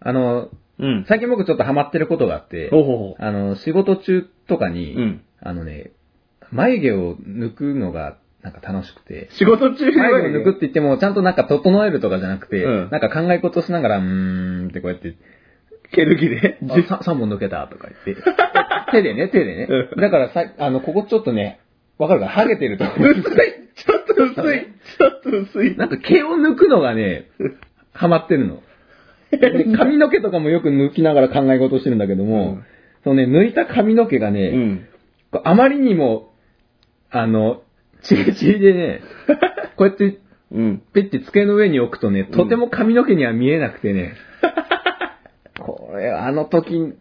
あの、うん。最近僕ちょっとハマってることがあって、ほうほうほあの、仕事中とかう。に、うん。あのね、眉毛を抜くのがなんか楽しくて、仕事中眉毛を抜くって言っても、ちゃんとなんか整えるとかじゃなくて、うんなんか考え事しながら、うーんってこうやって、毛抜きで。あさ3本抜けたとか 言って。手でね、手でね。うだからさ、あの、ここちょっとね、わかるかなハゲてると思 う。薄いちょっと薄いちょっと薄いなんか毛を抜くのがね、ハマってるの。で髪の毛とかもよく抜きながら考え事してるんだけども、うんそのね、抜いた髪の毛がね、うん。こうあまりにも、あの、チリチリで ね、こうやって、うん。ペッて机の上に置くとね、とても髪の毛には見えなくて ね、これ、あの時、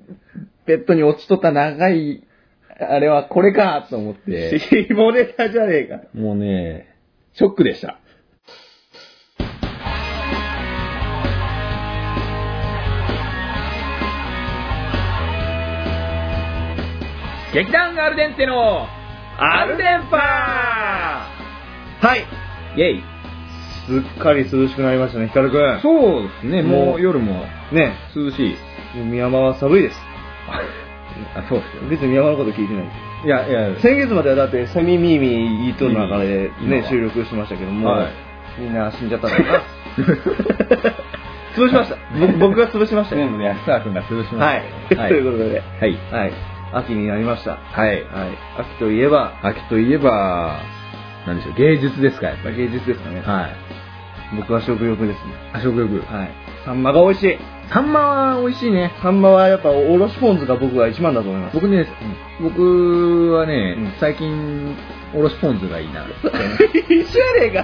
ベッドに落ちとった長い、あれはこれかと思って、紐ネタじゃねえか。もうね、ショックでした。劇団アルデンテのアルデンパはい。ーイェイすっかり涼しくなりましたね、ヒカルくん。そうですね、ももうう夜もね涼しい。え、宮山は寒いです。 あ、そうですよね。別に宮山のこと聞いてないです。いやいや、先月まではだってセミミーミー言いとる中でミーミーね、収録しましたけども、はいみんな死んじゃったのか な。潰しました。僕僕が潰しました全ね。部安川君が潰しまはしい。 た。 ということで、はい。はい。秋になりました。ははい。い。秋といえば、秋といえば、なんでしょう、芸術ですか、やっぱり。芸術ですかね。はい。僕は食欲ですね。あ食欲。はい。サンマが美味しい。サンマは美味しいね。サンマはやっぱおろしポン酢が僕は一番だと思います。僕ね、僕はね、うん最近、おろしポン酢がいいな。 一緒やねえか。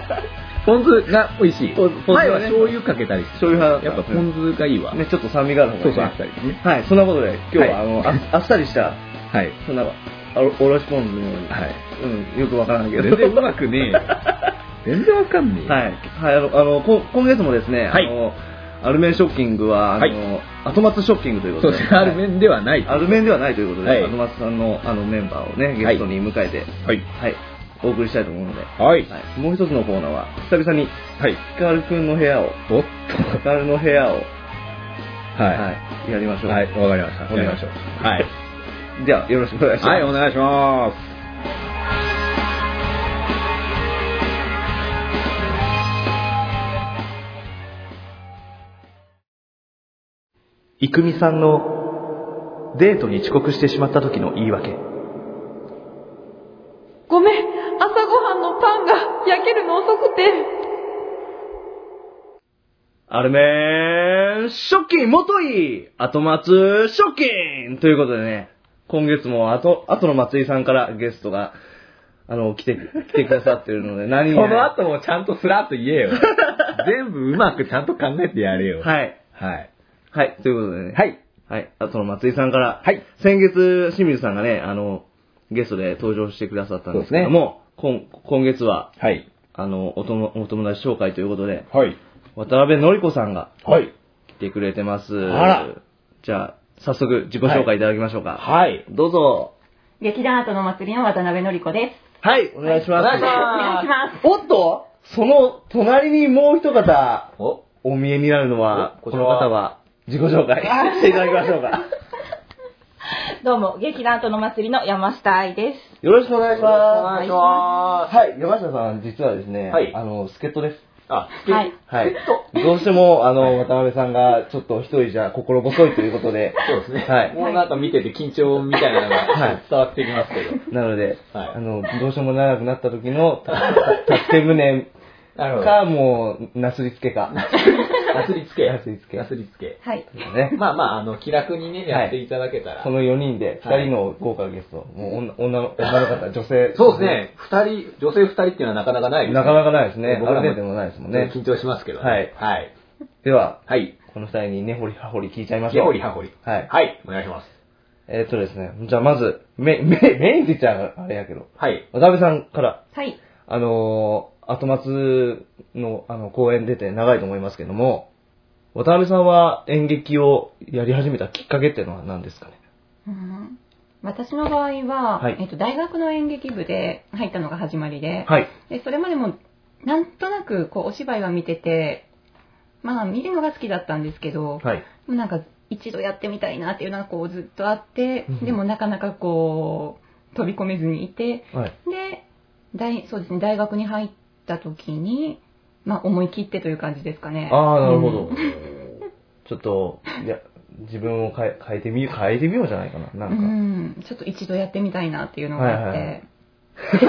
ポン酢が美味しい。ポン酢ね前は醤油かけたりしてた。醤油派だやっったぱポン酢がいいわ。ね、ちょっと酸味がある方がそいういそう、ねあったりね。はい、そんなことで、今日は、はいあのあ、あっさりした、はい。そんな、あおおろしポン酢のように、はい。うん、よくわからないけど。全然うまくねえよ全然わかんねえ。はい、はい、あの、あのこ今月もですね、はいあの、アルメンショッキングは、あの、後松ショッキングというこそとうで、ですね、ある面ではない。アルメンではないということで、はい後松さんのあのメンバーをね、ゲストに迎えて、はい、はい。お送りしたいと思うので、ははい。い、もう一つのコーナーは、久々に、はい。ヒカルくんの部屋を、おっヒカルの部屋を、と。は。はいい、やりましょう。はい、わかりました。お願いやりましょう。はい。じゃあ、よろしくお願いします。はい、お願いします。いくみさんのデートに遅刻してしまった時の言い訳。ごめん、朝ごはんのパンが焼けるの遅くて。アルメン、ショッキン、元い後松、ショッキンということでね、今月も後、後の松井さんからゲストが、あの、来て、来てくださってるので、何そに の後もちゃんとスラッと言えよ。全部うまくちゃんと考えてやれよ。い。はい。はい。はい、ということでね。はい。はい。後の松井さんから、はい。先月、清水さんがね、あの、ゲストで登場してくださったんですけども、今今月は、はい。あの、おともお友達紹介ということで、はい。渡辺のり子さんがはい。来てくれてます。あらじゃあ、早速自己紹介いただきましょうか。はい。どうぞ。劇団アートの祭りの渡辺のり子です。はい、お願いします。はいお願いしますお願いします。おっとその隣にもう一方、おお見えになるのは、おこの方は、自己紹 介していただきましょうか。どうも、劇団アートの祭りの山下愛です。よろしくお願いします。お願いしまはい、山下さん、実はですね、はいあの、助っ人です。あ、はい。はい。どうしても、あの、渡辺さんが、ちょっと一人じゃ心細いということで、そうですね。はいもうなんか見てて緊張みたいなのはがい伝わってきますけど。なので、はいあの、どうしても長くなった時の、た助け舟なるほど。か、もう、なすりつけか。なすりつけ。なすりつけなすりつけ。はい。ね。まあまあ、あの、気楽にね、はいやっていただけたら。この4人で、はい2人の豪華ゲスト、もう女女の女の方、女性。そうです。ね。二人、女性二人っていうのはなかなかないですねなかなかないですね。僕僕ららもでもないですもんね。緊張しますけど。はいはい。では、はい。この2人に根掘り葉掘り聞いちゃいましやょう。ほりはほり。はい。はい。お願いします。えーっとですね、じゃあまず、メイン、メインメインって言っちゃあれやけど、はい。渡辺さんから、はい。あのー、後松のあの公演出て長いと思いますけども、渡辺さんは演劇をやり始めたきっかけっていうのは何ですかねうん私の場合は、はいえっと、大学の演劇部で入ったのが始まりで、はい。でそれまでもなんとなくこうお芝居は見てて、まあ見るのが好きだったんですけど、はい。なんか一度やってみたいなっていうのがこうずっとあってうん、でもなかなかこう飛び込めずにいて、はい。で、大そうですね、大学に入った時に、まあ思い切ってという感じですかね。ああ、なるほうどん。ちょっと、いや、自分を変え変えてみよう、変えてみようじゃないかな。なんか。うん、ちょっと一度やってみたいなっていうのがあっはいて、はいはい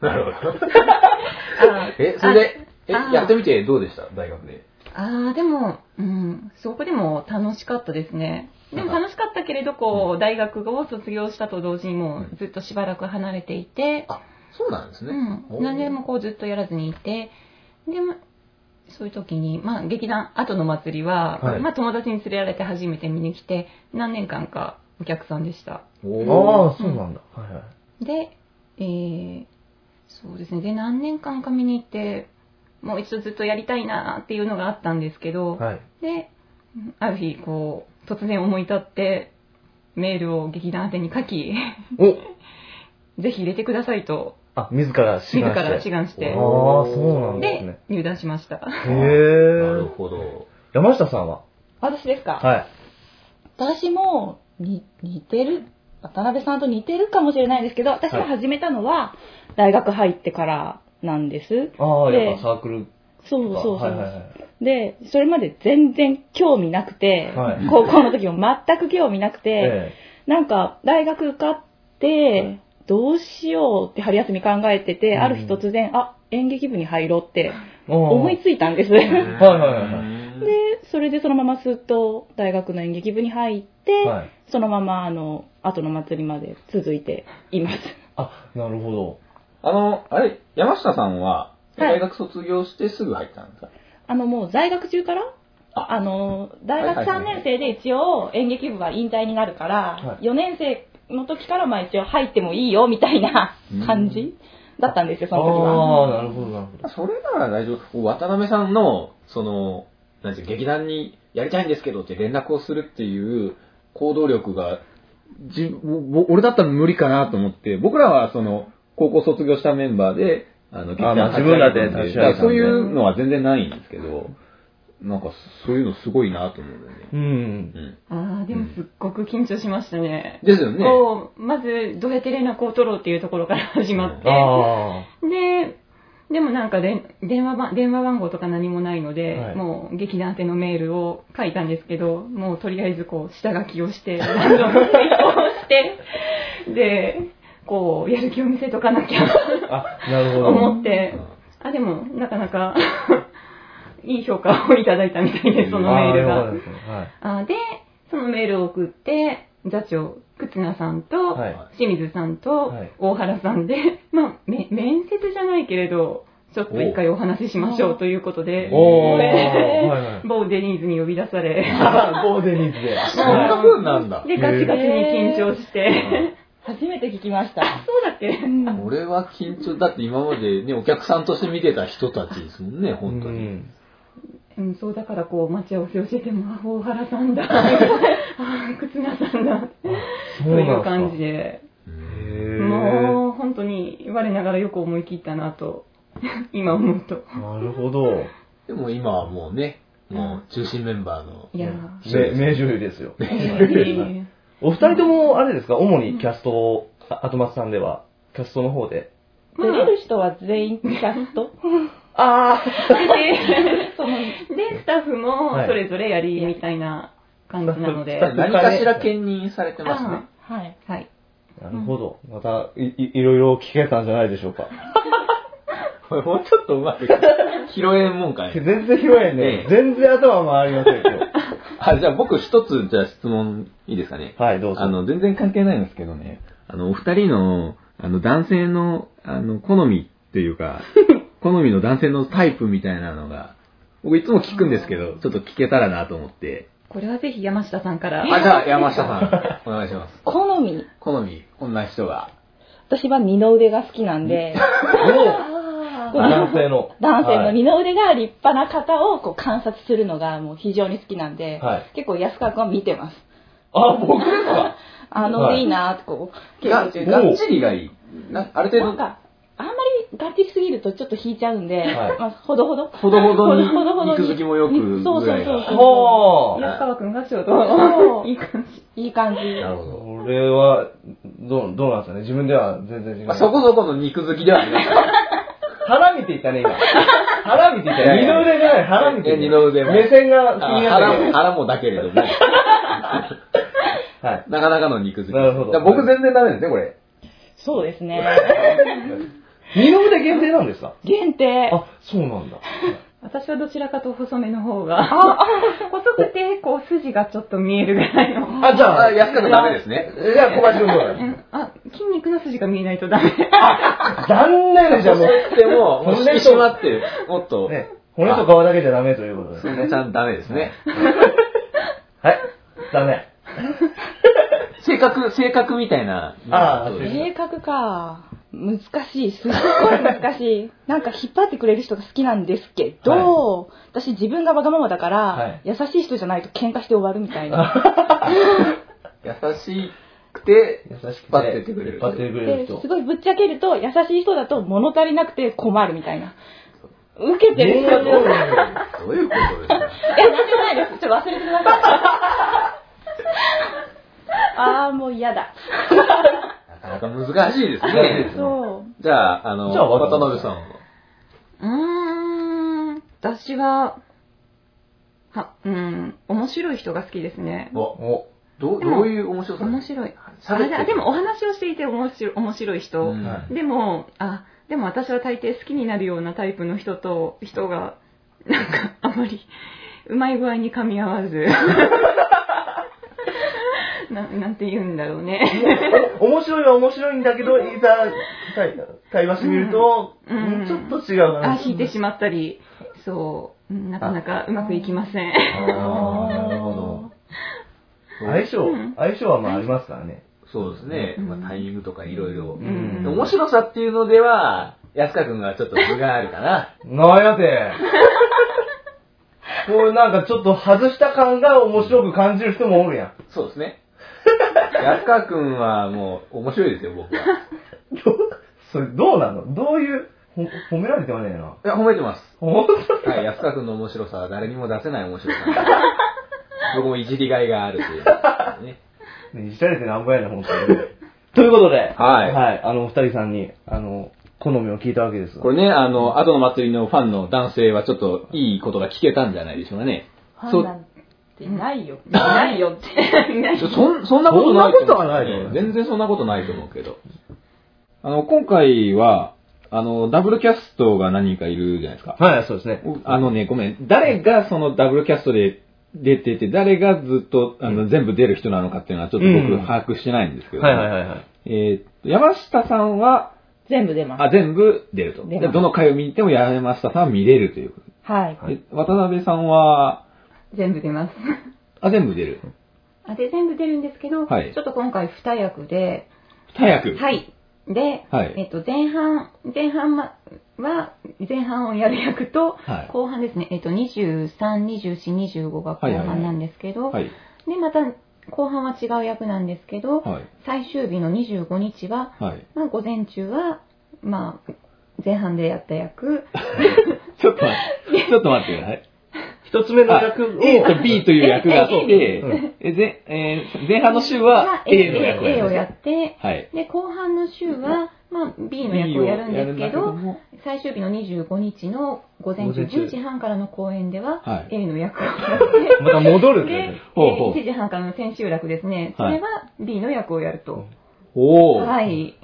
なるほど。あえ、それで、え、あやってみてどうでした大学で。あーでも、うん、そこでも楽しかったですね。でも楽しかったけれど、こう、大学を卒業したと同時にもうずっとしばらく離れていて、そうなんですね。うおん、ー何年もこうずっとやらずにいて、で、まそういう時に、まあ、劇団後の祭りは、はいまあ、友達に連れられて初めて見に来て、何年間かお客さんでした。おあーあ、そうなんだ。はいはい。で、えーそうですね、で、何年間か見に行って、もう一度ずっとやりたいなっていうのがあったんですけど、はい。で、うんある日、こう、突然思い立って、メールを劇団宛てに書き、おぜひ入れてくださいと、あ、自ら志自願して。ら志願してああ、、そうなんですでね。、入団しました。へなるえ。ほど。山下さんは私ですか、はい。私もに似てる渡辺さんと似てるかもしれないんですけど私が始めたのは大学入ってからなんです、ああ、でやっぱサークルそうとか。そうそう、はいはいはい。でそれまで全然興味なくて、はい高校の時も全く興味なくて、えなんか大学受かってどうしようって春休み考えてて、うんある日突然あ演劇部に入ろうっえ。て思思いついたんですいはいはいはいで、 でそれでそのまますっと大学の演劇部に入って、はい。そのまま、あの、後の祭りまで続いています。あ、なるほど。あの、あれ、山下さんは、は大い学卒業してすぐ入ったんですか あの、もう在学中から、ああの、大は学いはいは3い年生で一応演劇部は引退になるから、はい4年生の時からまあ一応入ってもいいよみたいなうん感じだったんですよ、その時は。ああ、なるほど、なるほど。それなら大丈夫。渡辺さんの、その、なんていう劇団にやりたいんですけどって連絡をするっていう行動力が、じぼ俺だったら無理かなと思って、僕らはその、高校卒業したメンバーで、あの、あまあ劇団立ち上げたん自分らで立ち上げたんでだからそういうのは全然ないんですけど、なんかそういうのすごいなと思うんだよね。うんう。ん。ああ、でもすっごく緊張しましたね。ですよね。こう、まず、どうやって連絡を取ろうっていうところから始まって、あで、でもなんかで電話番、電話番号とか何もないので、はいもう劇団宛てのメールを書いたんですけど、もうとりあえずこう、下書きを して、何度も移行して、で、こう、やる気を見せとかなきゃあ。あ、なるほど。思って、あ、でも、なかなか、いい評価をいただいたみたいです、そのメールあがあよかった。ですねはい。あで、そのメールを送って、座長、忽那さんと、はい清水さんとはい、大原さんで、まあ、め面接じゃないけれど、ちょっと一回お話ししましょうということで、おー。これはいは い。某デニーズに呼び出され、ああ、ボーデニーズで。そんな風なんだ。で、ガチガチに緊張して、初めて聞きました。そうだっけうん俺は緊張、だって今までね、お客さんとして見てた人たちですもんね、本当うに。んうん、そうだからこう、待ち合わせをしてても、あ、大原さんだ、あ、忽那さんだ、そそううないんですかう感じで、うんへえ。もう本当に我ながらよく思い切ったなと、今思うと。なるほど。でも今はもうね、もう中心メンバーの。いやーめ名女優ですよ。えお二人とも、あれですか、主にキャストを、あ後松さんでは、キャストの方で。まあ出れる人は全員キ ャストあそのえで、スタッフもはいそれぞれやりみたいな感じなので、スタはッい。何かしら兼任されてますね。はい。はい、あなるほど。またい、いいろいろ聞けたんじゃないでしょうか。もうちょっとうま く拾えんもんかい。全然広いえねえ。全然頭回りませんけ ど。あ、じゃあ僕一つ、じゃあ質問いいですかね。はい、どうぞ。あの、全然関係ないんですけどね、あの、お二人の、あの、男性の、あの、好みっていう か、好みの男性のタイプみたいなのが、僕いつも聞くんですけど、ちょっと聞けたらなと思って。これはぜひ山下さん から。あ、じゃあ山下さん、お願いし ます。好み。好み、こんな人が。私は二の腕が好きなんで、 お男性 の。男性のはい二の腕が立派な方をこう観察するのがもう非常に好きなんで、はい結構安川君は見てます。あ、僕ですかあの、はいい、いなぁとこう、が稽古中にがっちりがいい。なある程なん度、か、あんまりガチすぎるとちょっと引いちゃうんで、はいまあ、ほどほど。ほどほどに ほどほどに肉付きもよくぐらいそうそうそうそう。ほ安川くんがちょうそど、ういい感じ。いい感じ。なるほど。これは、どう、どうなんですかね自分では全然違う。まあ、そこそこの肉好きではあります。腹見ていったね、今。 腹見ていった。いやい二やの腕じゃない、腹見ていった。いや二の腕も目線が気にな腹るも、。腹もだけ れども、はい。なかなかの肉好き。なるほどだから僕全然ダメですね、これ。そうです ね。二の腕限定なんですか限定。あ、そうなんだ。私はどちらかと細めの方が、 細くて、こう、筋がちょっと見えるぐらいの。あ、じゃあ、あ安かったらダメですね。じゃあ、小林君どううだ んあ、筋肉の筋が見えないとダメ。 残念じゃあもう。でも、もう引き締ま ってる。もっと、ね、骨と顔だけじゃダメということですそね。れちゃんとダメですね。はい。ダメ。性格、性格みたいな。あーそうです性格か。難しい。す っごい難しい。なんか引っ張ってくれる人が好きなんですけど、私自分がわがままだから、はい優しい人じゃないと喧嘩して終わるみたいな。 優しくて、優しくて。引っ張ってってくれる引っ張ってくれるで人。すごいぶっちゃけると、優しい人だと物足りなくて困るみたいな。受けてる人じゃない。どういうことですかいや、なんでもないです。ちょっと忘れてください。あー、もう嫌だ。なかなか難しいです難しいですね。そう。じゃあ、あの、じゃあ渡渡辺辺ささんんうーん、私は、は、うん、面白い人が好きですね。は。お、どう、でもどういう面白さ面白い。しゃあべっれてだでもお話をしていて面白い面白い人、うんはいでもあでも私は大抵好きになるようなタイプの人と人がなんかあまりうまい具合に噛み合わ ずななんて言うんだろうねお面白いは面白いんだけど、いざ対対話してみると、うんうんちょっと違うな。あ引いてしまったりそううんなかなかうまくいきませんあーなるほど。相性うん、相性はまあありますからね。そうですね。うんまあ、タイミングとかいろいろう。ん面白さっていうのでは、安川くんがちょっと分があるかな。なんやて。こうなんかちょっと外した感が面白く感じる人もおるやん。そうですね。安川くんはもう面白いですよ、僕は。いどうそれどうなのどういう、ほ褒められてはねえな。や、褒めてます。ほんとはい、安川くんの面白さは誰にも出せない面 白さ。僕もいじりがいがあるという、 ね。ねいじられてなんぼやねん、ほんとに。ということで、はいはい、あの、お二人さんに、あの、好みを聞いたわけですが。これね、あの、後の祭りのファンの男性はちょっといいことが聞けたんじゃないでしょうかね。ファそンなんてないよ。ないよって。そそんそんなことないそんなことはないと思う全然そんなことないと思うけど。あの、今回は、あの、ダブルキャストが何人かいるじゃないですか。はい、そうですね。あのね、ごめん。誰がそのダブルキャストで出てて、誰がずっとあの全部出る人なのかっていうのはちょっとうん僕把握してないんですけど、はいはいはいはい。えーっと、山下さんは、全部出ます。あ、全部出ると。出でますどの回を見ても山下さんは見れるというこはいと。。で渡辺さんは、全部出ますあ、全部出る。 あで全部出るんですけど、はいちょっと今回2役で早く。はい。で、はいえっと、前半、前半は、は前半をやる役と、はい後半ですね、えっと、23、24、25が後半なんですけど、はい。で、また、後半は違う役なんですけど、はい。最終日の25日は、はい。まあ、午前中は、まあ、前半でやった役、ちょっと待って、ちょっと待ってください。一つ目のあ役を、 A と B という役があっえてそううん、え前えー前半の週はが A の役を A をややる。って、はい。で、後半の週は、まあ、B の役をやるんですけど、最終日の25日の午前午中前中10時半からの公演では、はい A の役をやっまた戻て、るで、え ね。ほうほうー1時半からの千秋楽ですね、それは B の役をやると。おー。はい。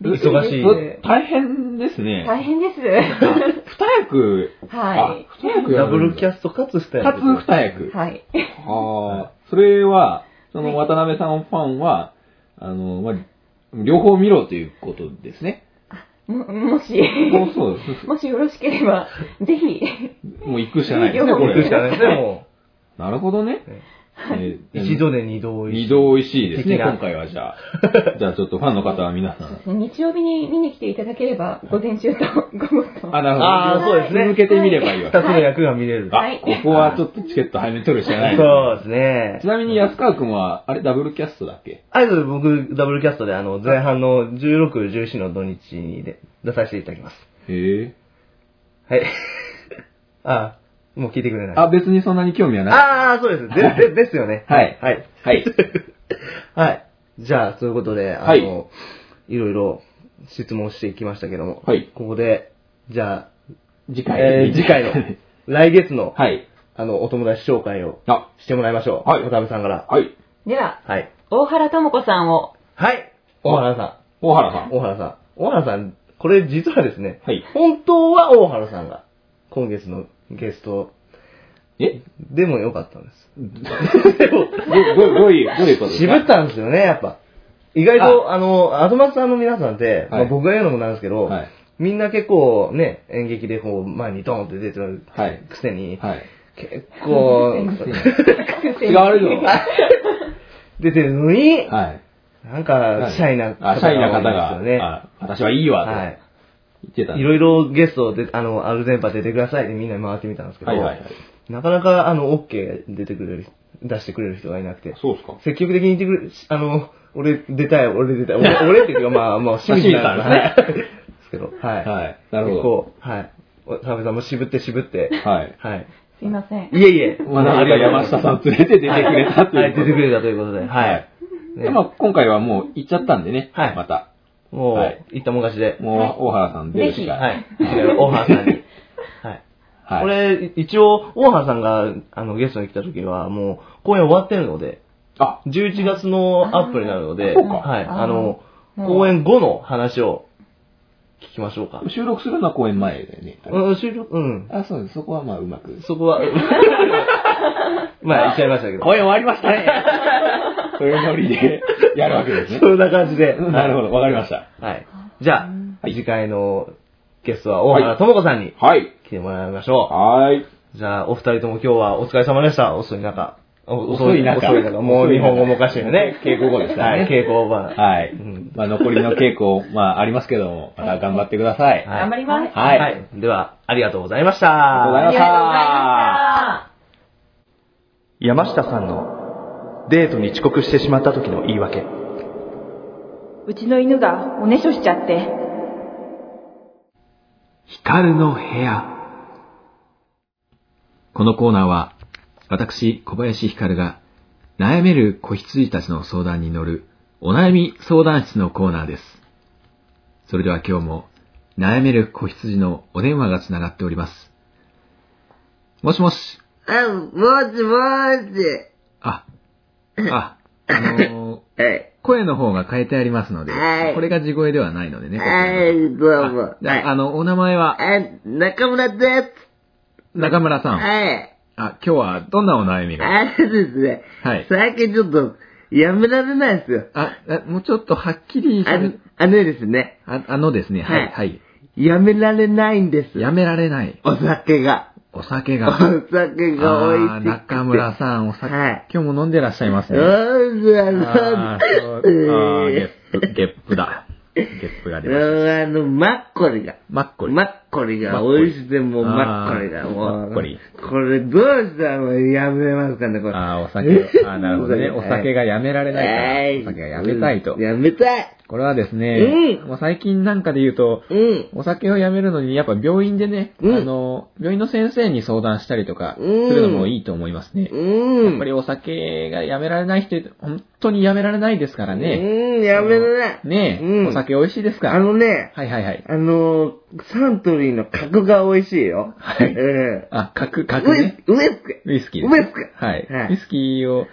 忙しいど大変ですね。大 変です。二役、はあい。、二役やダるブルキャャストかつスタイル。かつ二役。はい。あーそれは、その渡辺さんファンは、あの、まあ、両方見ろということですね。も もし、もうそうです。もしよろしければ、ぜひ、もう行くしかないですね、両方こ見れるしかないですね、もなるほどねね。えー一度で二度美味しい。二度美味しいですね、的な今回はじゃあ。 じゃあちょっとファンの方は皆さん。日曜日に見に来ていただければ、午前中と 午後と。あ、なるほど。あーそうですね続けてみればいいわ二け。つの役が見れる。はいあ、ここはちょっとチケット早めに取るしかない。そうですねち。なみに安川くんは、あれダブルキャストだっけあえず僕、ダブルキャストで、あの、前半の16、14の土日にで出させていただきます。へえ。はい。 ああ、もう聞いてくれない。あ、別にそんなに興味はない。ああ、そうです。で、で、ですよね。はいはい。はい。はい。 じゃあ、そういうことで、あの、はいい、ろいろ質問していきましたけども、はいここで、じゃあ、次回。 えー次回の、来月の、 はい。あの、お友達紹介をあ、してもらいましょう。はい渡辺さんから。はい。では、はい。大原智子さんを。はい。大原さ大原さん。ん。大原さん。大原さん、これ実はですね、はい本当は大原さんが、今月のゲストえでもよかったんです。どどどういう、どういうことです 渋っかたんですよね、やっぱ。意外と、あの、アドマスさんの皆さんって、まあはい僕が言うのもなんですけど、はいみんな結構ね、演劇でこう、前にドンって出てるはいくせに、はい。結構、 違われるのは出てるのに、い。なんはか、いシャイな方が多いあシャイな方んですよね。が、あ私はいいわ、とはい。言ってたんいでろいろゲストで、あの、アルゼンパ出てくださいってみんなに回ってみたんですけど、はいはいはいなかなか、あの、OK 出てくれる、出してくれる人がいなくて、そうですか。積極的に言ってくれる、あの、俺出たい、俺出たい、 俺俺っていうか、まあ、まあ、清水さんまあはいですけど、はい。はいなるほど。結構、はい。お田辺さんも渋って 渋って、はいはい。すいません。いえいえ、まあ、なんか山下さん連れて出てくれたとはいい、うこと出てで。くれたということで、ははいい。でまあ、今回はもう行っちゃったんでね。はいまた。もうはい、行ったもん勝ちで、もう、大原さん出るしか。はい。大原さん に。はい。はい。これ、一応、大原さんが、あの、ゲストに来た時は、もう、公演終わってるので、あ、 11月のアップになるので、そうかはい。あーあの、うん公演後の話を聞きましょうか。収録するのは公演前だよね。うん、終了、うん。あ、そうです。そこはまあ、うまく。そこは、 まあ、言っちゃいましたけど。演終わりましたね というノリ でやるわけですね。そんな感じで。なるほど。わかりました。ど。はい。じゃあ、はい次回のゲストは大原智子さんにはい。来てもらいましょはい。う。じゃあ、お二人とも今日はお疲れ様でした。遅い中。お遅い中遅い中。もう日本語もおかしいよね。 稽古後ですからねはい、稽古後は。はいうん。まあ、残りの稽古、まあ、ありますけども、また頑張ってください。はい頑張ります。はいでは、ありがとうございました。ありがとうございまあしりたがとうございました。山下さんのデートに遅刻してしまった時の言い訳。うちの犬がおねしょしちゃって。光の部屋。このコーナーは、私、小林光が、悩める子羊たちの相談に乗る、お悩み相談室のコーナーです。それでは今日も、悩める子羊のお電話がつながっております。もしもし。あ、もしもーし。あ、あ、あのー はい。声の方が変えてありますのではい、これが地声ではないのでね。こちらはい、どうもあ。じゃあ、あの、お名前は、あ、中村です。中村さん。はい。あ、今日はどんなお悩みがあれですね。はい最近ちょっと、やめられないですよ。あ、あもうちょっとはっきりあの喋、あのですね。ああのですね、ははいい、はい。やめられないんです。やめられない。お酒が。お酒おが。 酒が美味しあーくて。中村さん、お酒、はい今日も飲んでらっしゃいますうね。ん。そうそうあーそうあーゲえップ、ゲップだ。ゲップが出ました。ーあの、マッコリが。マッコリ。マッコリが美味しくて、もうマッコリが、あーマもう。ッコリこれどうしたらやめますかね、これ。あーお酒を、あーなるほどね。お酒ががやめられないから、はいお酒がやめたいとうん。やめたい。これはですね、うんもう最近なんかで言うと、うん。お酒をやめるのに、やっぱ病院でね、うんあの、病院の先生に相談したりとか、すうんるのもいいと思いますね。うん。やっぱりお酒がやめられない人、本当にやめられないですからね。うん、やめられない。ねえ、うんお酒美味しいですかあのね、はいはいはい。あのー、サントリーの角が美味しいよ。はいうん。あ、角、角ウイねス。ウイスキウイスキーー。ですねウイスキー。はい。はいウイスキーを、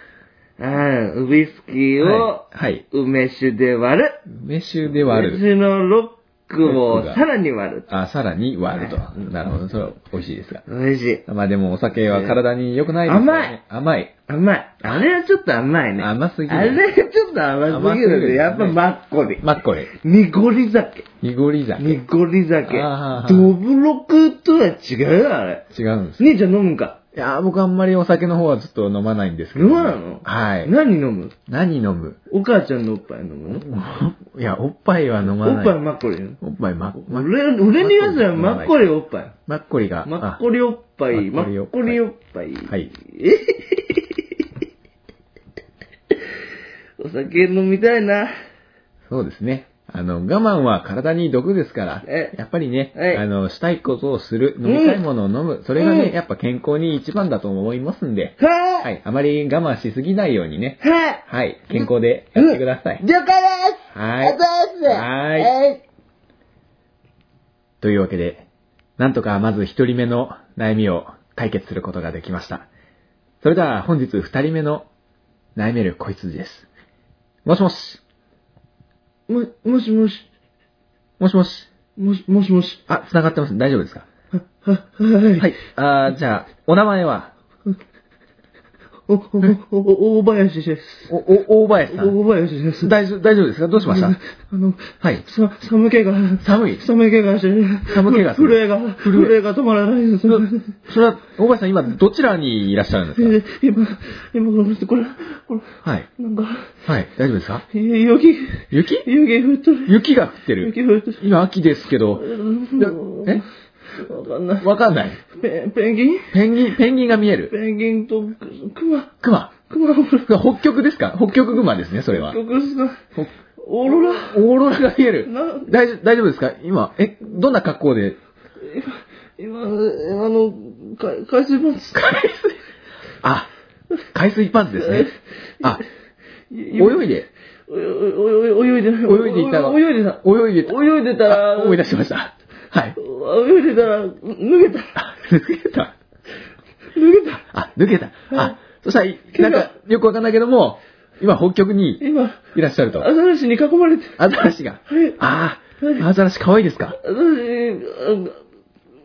うん、ウイスキーをはい、はい。梅酒で割る。梅酒で割梅る。酒のロックロッをクがさらに割る。あ、さらに割ると。なるほど。それは美味しいですが。美味しい。まあでもお酒は体に良くないですからね。甘い。甘い。あれはちょっと甘いね。甘すぎるあれはちょっと甘すぎる甘すぎるね。ねやっぱマッコリ。まっこれ。濁り酒。濁り酒。違濁り酒あ。ードブロクとは違うよ、あれ。うんです。姉ちゃん飲むんかいやー、僕あんまりお酒の方はちょっと飲まないんですけど。飲まないのはい。何飲む何飲む お母ちゃんのおっぱい飲むのいや、おっぱいは飲まおなっい。ぱいマッコリ飲むおっぱいま、ま、俺、俺のやつはマッコリおっぱい。マッコリが。マッコリおっぱい、ママッッココリリおおっぱい。あはい。お酒飲みたいな。そうですね。あの、我慢は体に毒ですからえ、やっぱりねはい、あの、したいことをする、飲みたいものを飲む、それがうね、んやっぱ健康に一番だと思いますんで、ははぁい、あまり我慢しすぎないようにね、はいはい、健康でやってください。了解ですはい。はいはい。というわけで、なんとかまず一人目の悩みを解決することができました。それでは本日二人目の悩める子羊です。もしもし、も、もしもし、もしもし、もし、もしもし。あ、繋がってます。大丈夫ですかは、はい。はい。あーじゃあ、お名前は、お、お、お、お、大林です。お、お、大林さん。大林です。大丈夫、大丈夫ですかどうしましたあの、はい。さ、寒気が、寒い寒気がして、寒気がする震えが、震えが止まらないです。それは、大林さん今どちらにいらっしゃるんですえ今、今、これ、これ、かはい。なんか、はい。大丈夫ですかえ雪、雪雪降っとる。雪が降ってる。雪降っとる。今秋ですけど、うんえわかんない。わかんない。ペン、ペンギンペンギン、ペンギンが見える。ペンギンとクマ、クマ。クマオーロラ。北極ですか北極熊ですね、それは。極すな。オーロラ。オーロラが見えるな。大丈夫、大丈夫ですか今、え、どんな格好で今、今の、か海水パンツ。あ、海水パンツです ね。あ、泳泳いで、いで、泳いでいたら、泳いでた。泳いでた。泳いでたら、あ思い出しました。はい。泳いでたら、脱げた。あ抜けた。脱げた。あ、抜けた。あ、そしたらい、なんか、よくわかんないけども、今、北極に今、いらっしゃると。アザラシに囲まれて、アザラシが。はいああ、アザラシ可愛いですかアザラシ、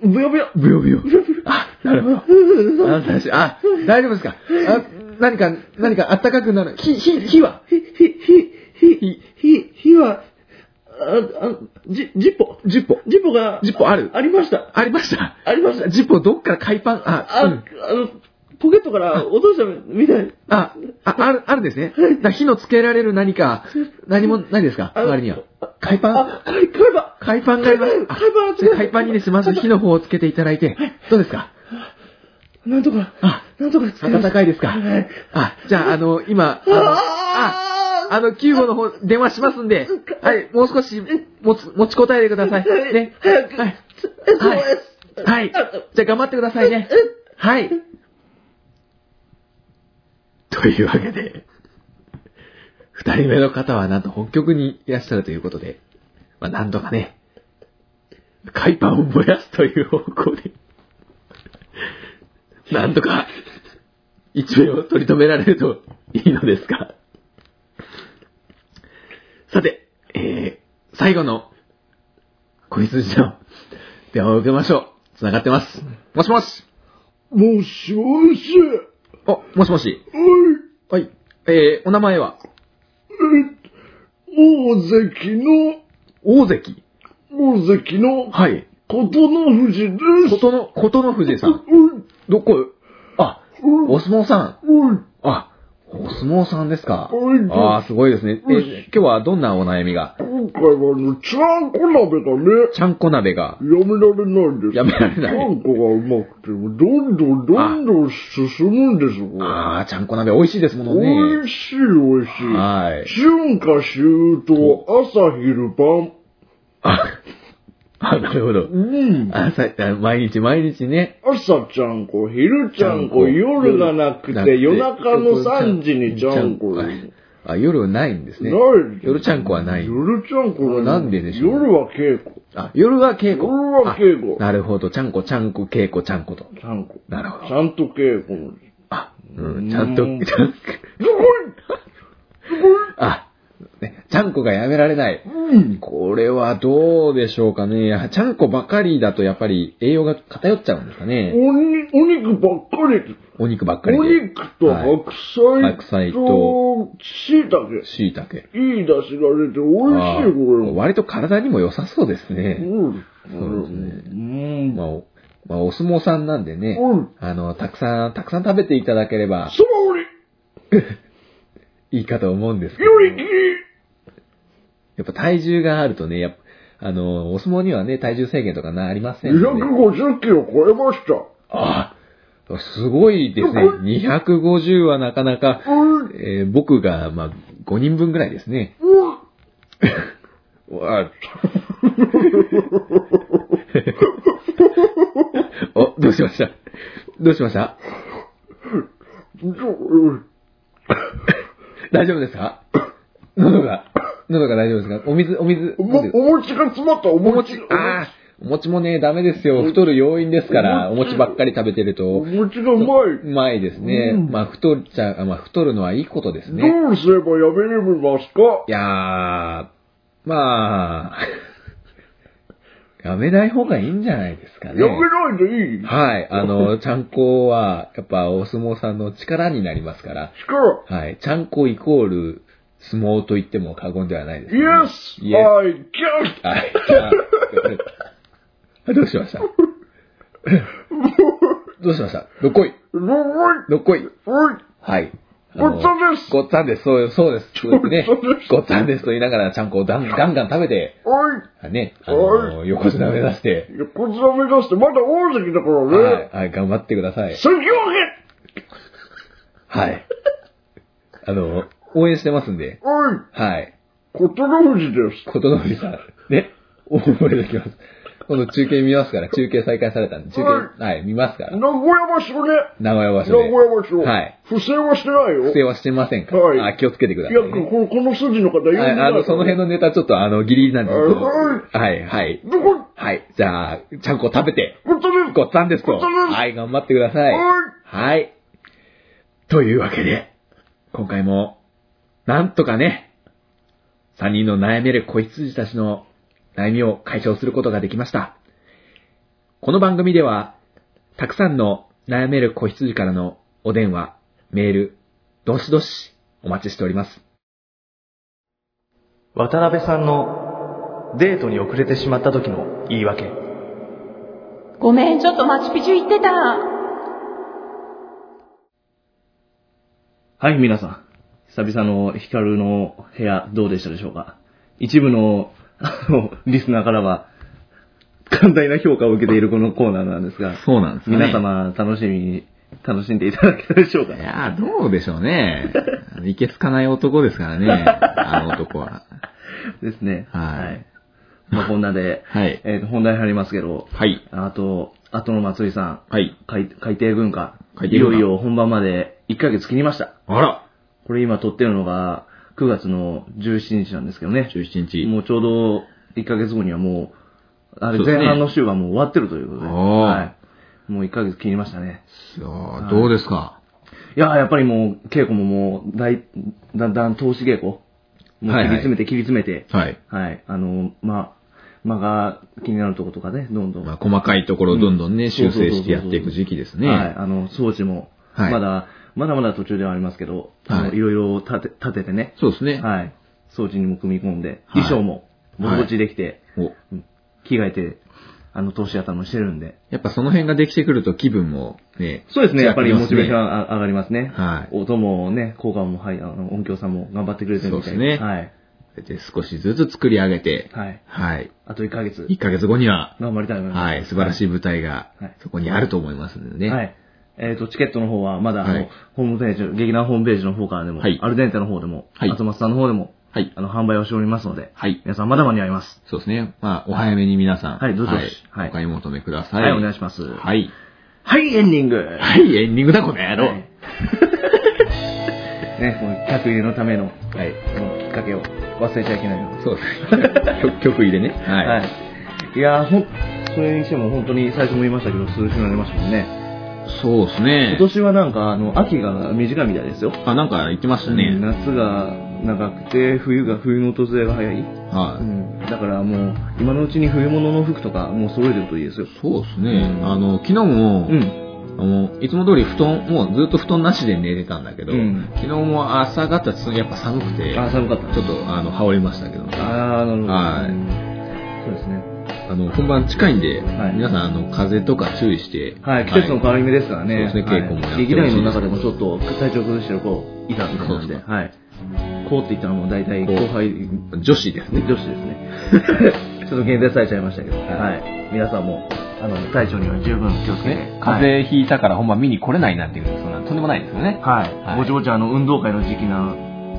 ぶよぶよ。ブヨブヨ。あ、なるほど。あなたたちあ、大丈夫ですかあ何か、何かあったかくなる。火、火、火はひ、ひ、ひ、ひ、ひ、ひは、あ、あ、じ、ジッポ。 10歩。ジッポが、ジッポあるありました。ありました。ありました。 10歩どっから海パン、あ、あ、うん。あの、ポケットから落としたみたい。あ、あ、ある、あるですね。だから火のつけられる何か、何もないですかあ周りには。海あパン、海海馬海パンがあります。あ海パンじゃあ海パンにですね、まず火の方をつけていただいて、どうですかなんとか、あ、なんとか使いま暖した。かいですかはいあ、じゃあ、あの、今、あの、あ、あの、救護の方、電話しますんで、はい、もう少し、持ち、持ちこたえてください。ね。早く、はい。 SOS! はい。じゃあ、頑張ってくださいね。はい。 というわけで、二人目の方は、なんと北極にいらっしゃるということで、まあ、なんとかね、海パンを燃やすという方向で、なんとか、一命を取り留められるといいのですが。さて、えー、最後の、子羊の電話を受けましょう。繋がってます。もしもし。もしもし、お、もしもし。おい、はい。えー、お名前は大関の、大関。大関の、はい。ことの富士です。ことの、ことの藤さん。おい、どこあ、お相撲さん。おい、あ、お相撲さんですかはい。ああ、すごいですね。えうん今日はどんなお悩みが今回はね、ちゃんこ鍋がね、ちゃんこ鍋がやめられないんです。やめられちないゃ。んこがうまくて、どんどんどんどん進むんですよ。ああ、ちゃんこ鍋美味しいですもの美ね。味しい美味しい。はい。春夏秋冬、朝昼晩。あ、あなるほど。うん。あさあ毎日毎日ね。朝ちゃんこ、昼ちゃんこ、ちゃんこ夜がなくなくてて、夜中の3時にちゃんこ。ちゃないんあ、夜ないんですね。夜ちゃんこはない。夜ちゃんこがなんででしょう夜は稽古。あ、夜は稽古。夜は稽古あなるほど。ちゃんこ、ちゃんこ、稽古、ちゃんこと。ちゃんこ。なるほちど。ゃんと稽古の。あ、うん、ちゃんと、ちうんゃんこ。すごいあ、ね、ちゃんこがやめられない。うん。これはどうでしょうかね。やちゃんこばかりだとやっぱり栄養が偏っちゃうんですかね。おにお肉ばっかり。お肉ばっかりで。お肉と白はい菜白菜とと椎茸。椎茸。いい出汁が出て美味しあい、こーれ。割と体にも良さそうですうね。ん。そうですねうん。まあ、おまあ、お相撲さんなんでね、うん。あの、たくさん、たくさん食べていただければそば折り、いいかと思うんですけど、より、いい。やっぱ体重があるとね、やっぱ、あの、お相撲にはね、体重制限とかな、ありませんので。 250キロ超えました。ああ、すごいですね。250はなかなか、うん。えー僕が、まあ、5人分ぐらいですね。うわ。わあお、どうしましたどうしましたうん大丈夫ですか喉が、喉が大丈夫ですかお水、お水。おも、お餅が詰まったおお餅。餅、ああ、お餅もね、ダメですよ。太る要因ですから、お餅ばっかり食べてるおと、餅がうまい。うまいですね。うんまあ、太っちゃう、まあ、太るのはいいことですね。どうすればやめれますかいやー、まあ、 やめない方がいいんじゃないですかやね。めないでいいはい、あの、ちゃんこは、やっぱお相撲さんの力になりますから、力。はい、ちゃんこイコール相撲と言っても過言ではないです、ね。 Yes, Yes. I can! はい、じゃああどうし ましたどうしましたどっこいすごいどっこいはい。はい。あごのっつぁんですごっつぁんです。そうそうです。そうですねごっつぁんです。ごっつぁんですと言いながら、ちゃんこをガンガンガン食べて、はい。ね、あの、横綱目指して、横綱目指して、まだ大関だからね。はい、はい、頑張ってください。関脇はい。あの、応援してますんで、はい。はい。琴ノ富士です。琴ノ富士さん、ね、応援できます。今度中継見ますから、中継再開されたんで、中継、はい、見ますから名。古屋場所ね。名古屋場名所で古。屋場所。はい。不正はしてないよ。不正はしてませんか、はいあ気をつけてくださいい、や、ね。ここの筋の方読んではないい、あの、その辺のネタちょっとあの、ギリギリなんですけど。ははい、はい。どこ、はい、じゃあ、ちゃんこ食べて、本当ですごっつぁんですと。ごっつぁんですはい、頑張ってください。はいはい。というわけで、今回も、なんとかね、三人の悩める子羊たちの悩みを解消することができました。この番組では、たくさんの悩める子羊からのお電話、メール、どしどしお待ちしております。渡辺さんのデートに遅れてしまった時の言い訳。ごめん、ちょっとマチュピチュ行ってた。はい、皆さん。久々のヒカルの部屋、どうでしたでしょうか一部の、 あの、リスナーからは、寛大な評価を受けているこのコーナーなんですが、そうなんですね。皆。様、楽しみに、楽しんでいただけたでしょうかいやー、どうでしょうね。 あのいけつかない男ですからね、 あの男は。ですね。はいまあ、こんなで、はい。えーと本題入りますけど、はい。あと、あとの松井さん、はい。海海底軍艦海い底軍よ艦いよ本番まで1ヶ月切りました。あらこれ今撮ってるのが9月の17日なんですけどね。 !17 日。もうちょうど1ヶ月後にはもう、あれそうですね前半の週はもう終わってるということで、おーはい、もう1ヶ月切りましたね。そうはいどうですかいやー、やっぱりもう稽古ももう大、だんだん投資稽古、もう切りはいはい詰めて切り詰めて、はい。はい、あの、まあ、間が気になるところとかね、どんどん。まあ、細かいところをどんどんね、修正してやっていく時期ですね。はい、あの、装置も、はいまだ、まだまだ途中ではありますけど、あはのいいろいろ立て立ててね、そうですね。はい、装置にも組み込んで、はい衣装も、ぼちぼちできて、おうん着替えて、あの、投資頭もしてるんで。やっぱその辺ができてくると気分もね、そうですね、やっぱり違ってモますチベーねションがあ上がりますね。はい音もね、効果も、はい、あの音響さんも頑張ってくれてるみたいそうですねはい。で少しずつ作り上げて、はい。はい。あと1ヶ月、 1ヶ月後には、頑張りたいと思います。はい、素晴らしい舞台がはいそこにあると思いますのでね。はい。えっ、と、チケットの方は、まだ、あのはいホームページ、劇団ホームページの方からでも、はいアルデンテの方でも、はい松松さんの方でも、はいあの、販売をしておりますので、はい皆さんまだ間に合います。そうですね。まあ、お早めに皆さん、はいどうぞはいお買い求めくださ。はいい、お願いします。はい、はい。エンディングはい、エンディングだ、この野郎。 ね、もう客入れのための、はい。もうきっかけを忘れちゃいけないようにそうです ね。曲曲入れね。はい。はい。いやーほん、それにしても本当に最初も言いましたけど、涼しくなりましたもんね。そうですね今。年はなんか、あの、秋が短いみたいですよ。あ、なんか言ってましたね。夏が長くて、冬が、冬の訪れが早い。はうい。ん。だからもう、今のうちに冬物の服とか、もう揃えてるといいですよ。そうですね。あの、昨日も、うん。あのいつも通り布団、もうずっと布団なしで寝てたんだけど、うん昨日も朝方、ちょっとやっぱ寒くて、あー、寒かっちた。ょっとあの羽織りましたけど、あー、なるほど。はいうんそうですね。あの、本番近いんで、はい皆さん、あの、風邪とか注意して、はい、季節の変わり目ですからね。そうですねはい稽古もやってほしい劇団員の中でもちょっと体調崩してる子いたみたいなそうんで、ですはい。こうって言ったらもう大体こう後輩、女子ですね。女子ですね。ちょっと限定されちゃいましたけど、はい。皆さんも、あの、体調には十分気をつけて。はい。邪ひいたから本番見に来れないなんていう、そんな、とんでもないですよね。は。はいいぼちぼちあの、運動会の時期なの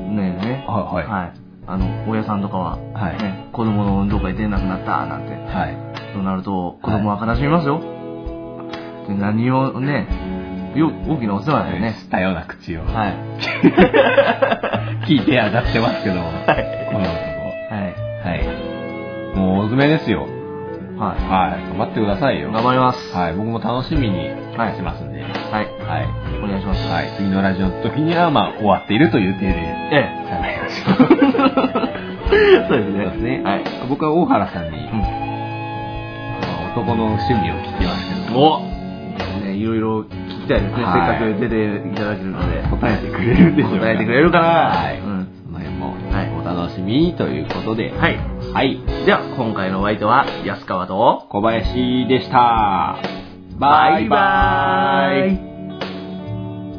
でね。はいははい。あの、親さんとかは、い。はい。ね、子供の運動会出なくなったなんて、はい。となると子供は悲しみますよ、で何をねよ大きなお世話だよねしたような口を。はい聞いて上がってますけども、この男。はいはい。もうおすすめですよ。ははい。頑張ってくださいいよ。頑張りますはい。僕も楽しみにしてますんで。はい。はいはお願いしますい。次のラジオの時には、まあ、終わっているという手で、ええじゃないですそうですねそうですねはいか。僕は大原さんに、まあ男の趣味を聞きましたけど、おねいろいろ聞きたいですね、はいせっかく出ていただけるので答えてくれるんでしょうか答えてくれるかなはい。うんその辺も、はいお楽しみにということで、はいはい。では今回のお相手は安川と小林でした。バイバイ。イ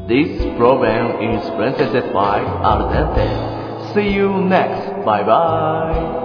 This program is presented by Al Dente. See you next. Bye bye.